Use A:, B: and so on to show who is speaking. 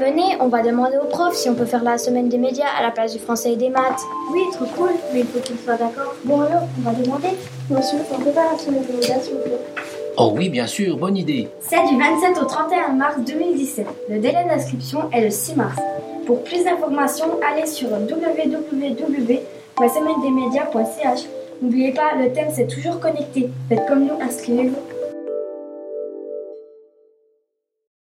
A: Venez, on va demander au prof si on peut faire la semaine des médias à la place du français et des maths.
B: Oui, trop cool, mais il faut qu'il soit d'accord.
C: Bon alors, on va demander.
B: Monsieur, on peut pas la semaine des médias, s'il vous plaît
D: Oh oui, bien sûr, bonne idée.
E: C'est du 27 au 31 mars 2017. Le délai d'inscription est le 6 mars. Pour plus d'informations, allez sur www.semaine-des-médias.ch N'oubliez pas, le thème c'est toujours connecté. Faites comme nous, inscrivez-vous.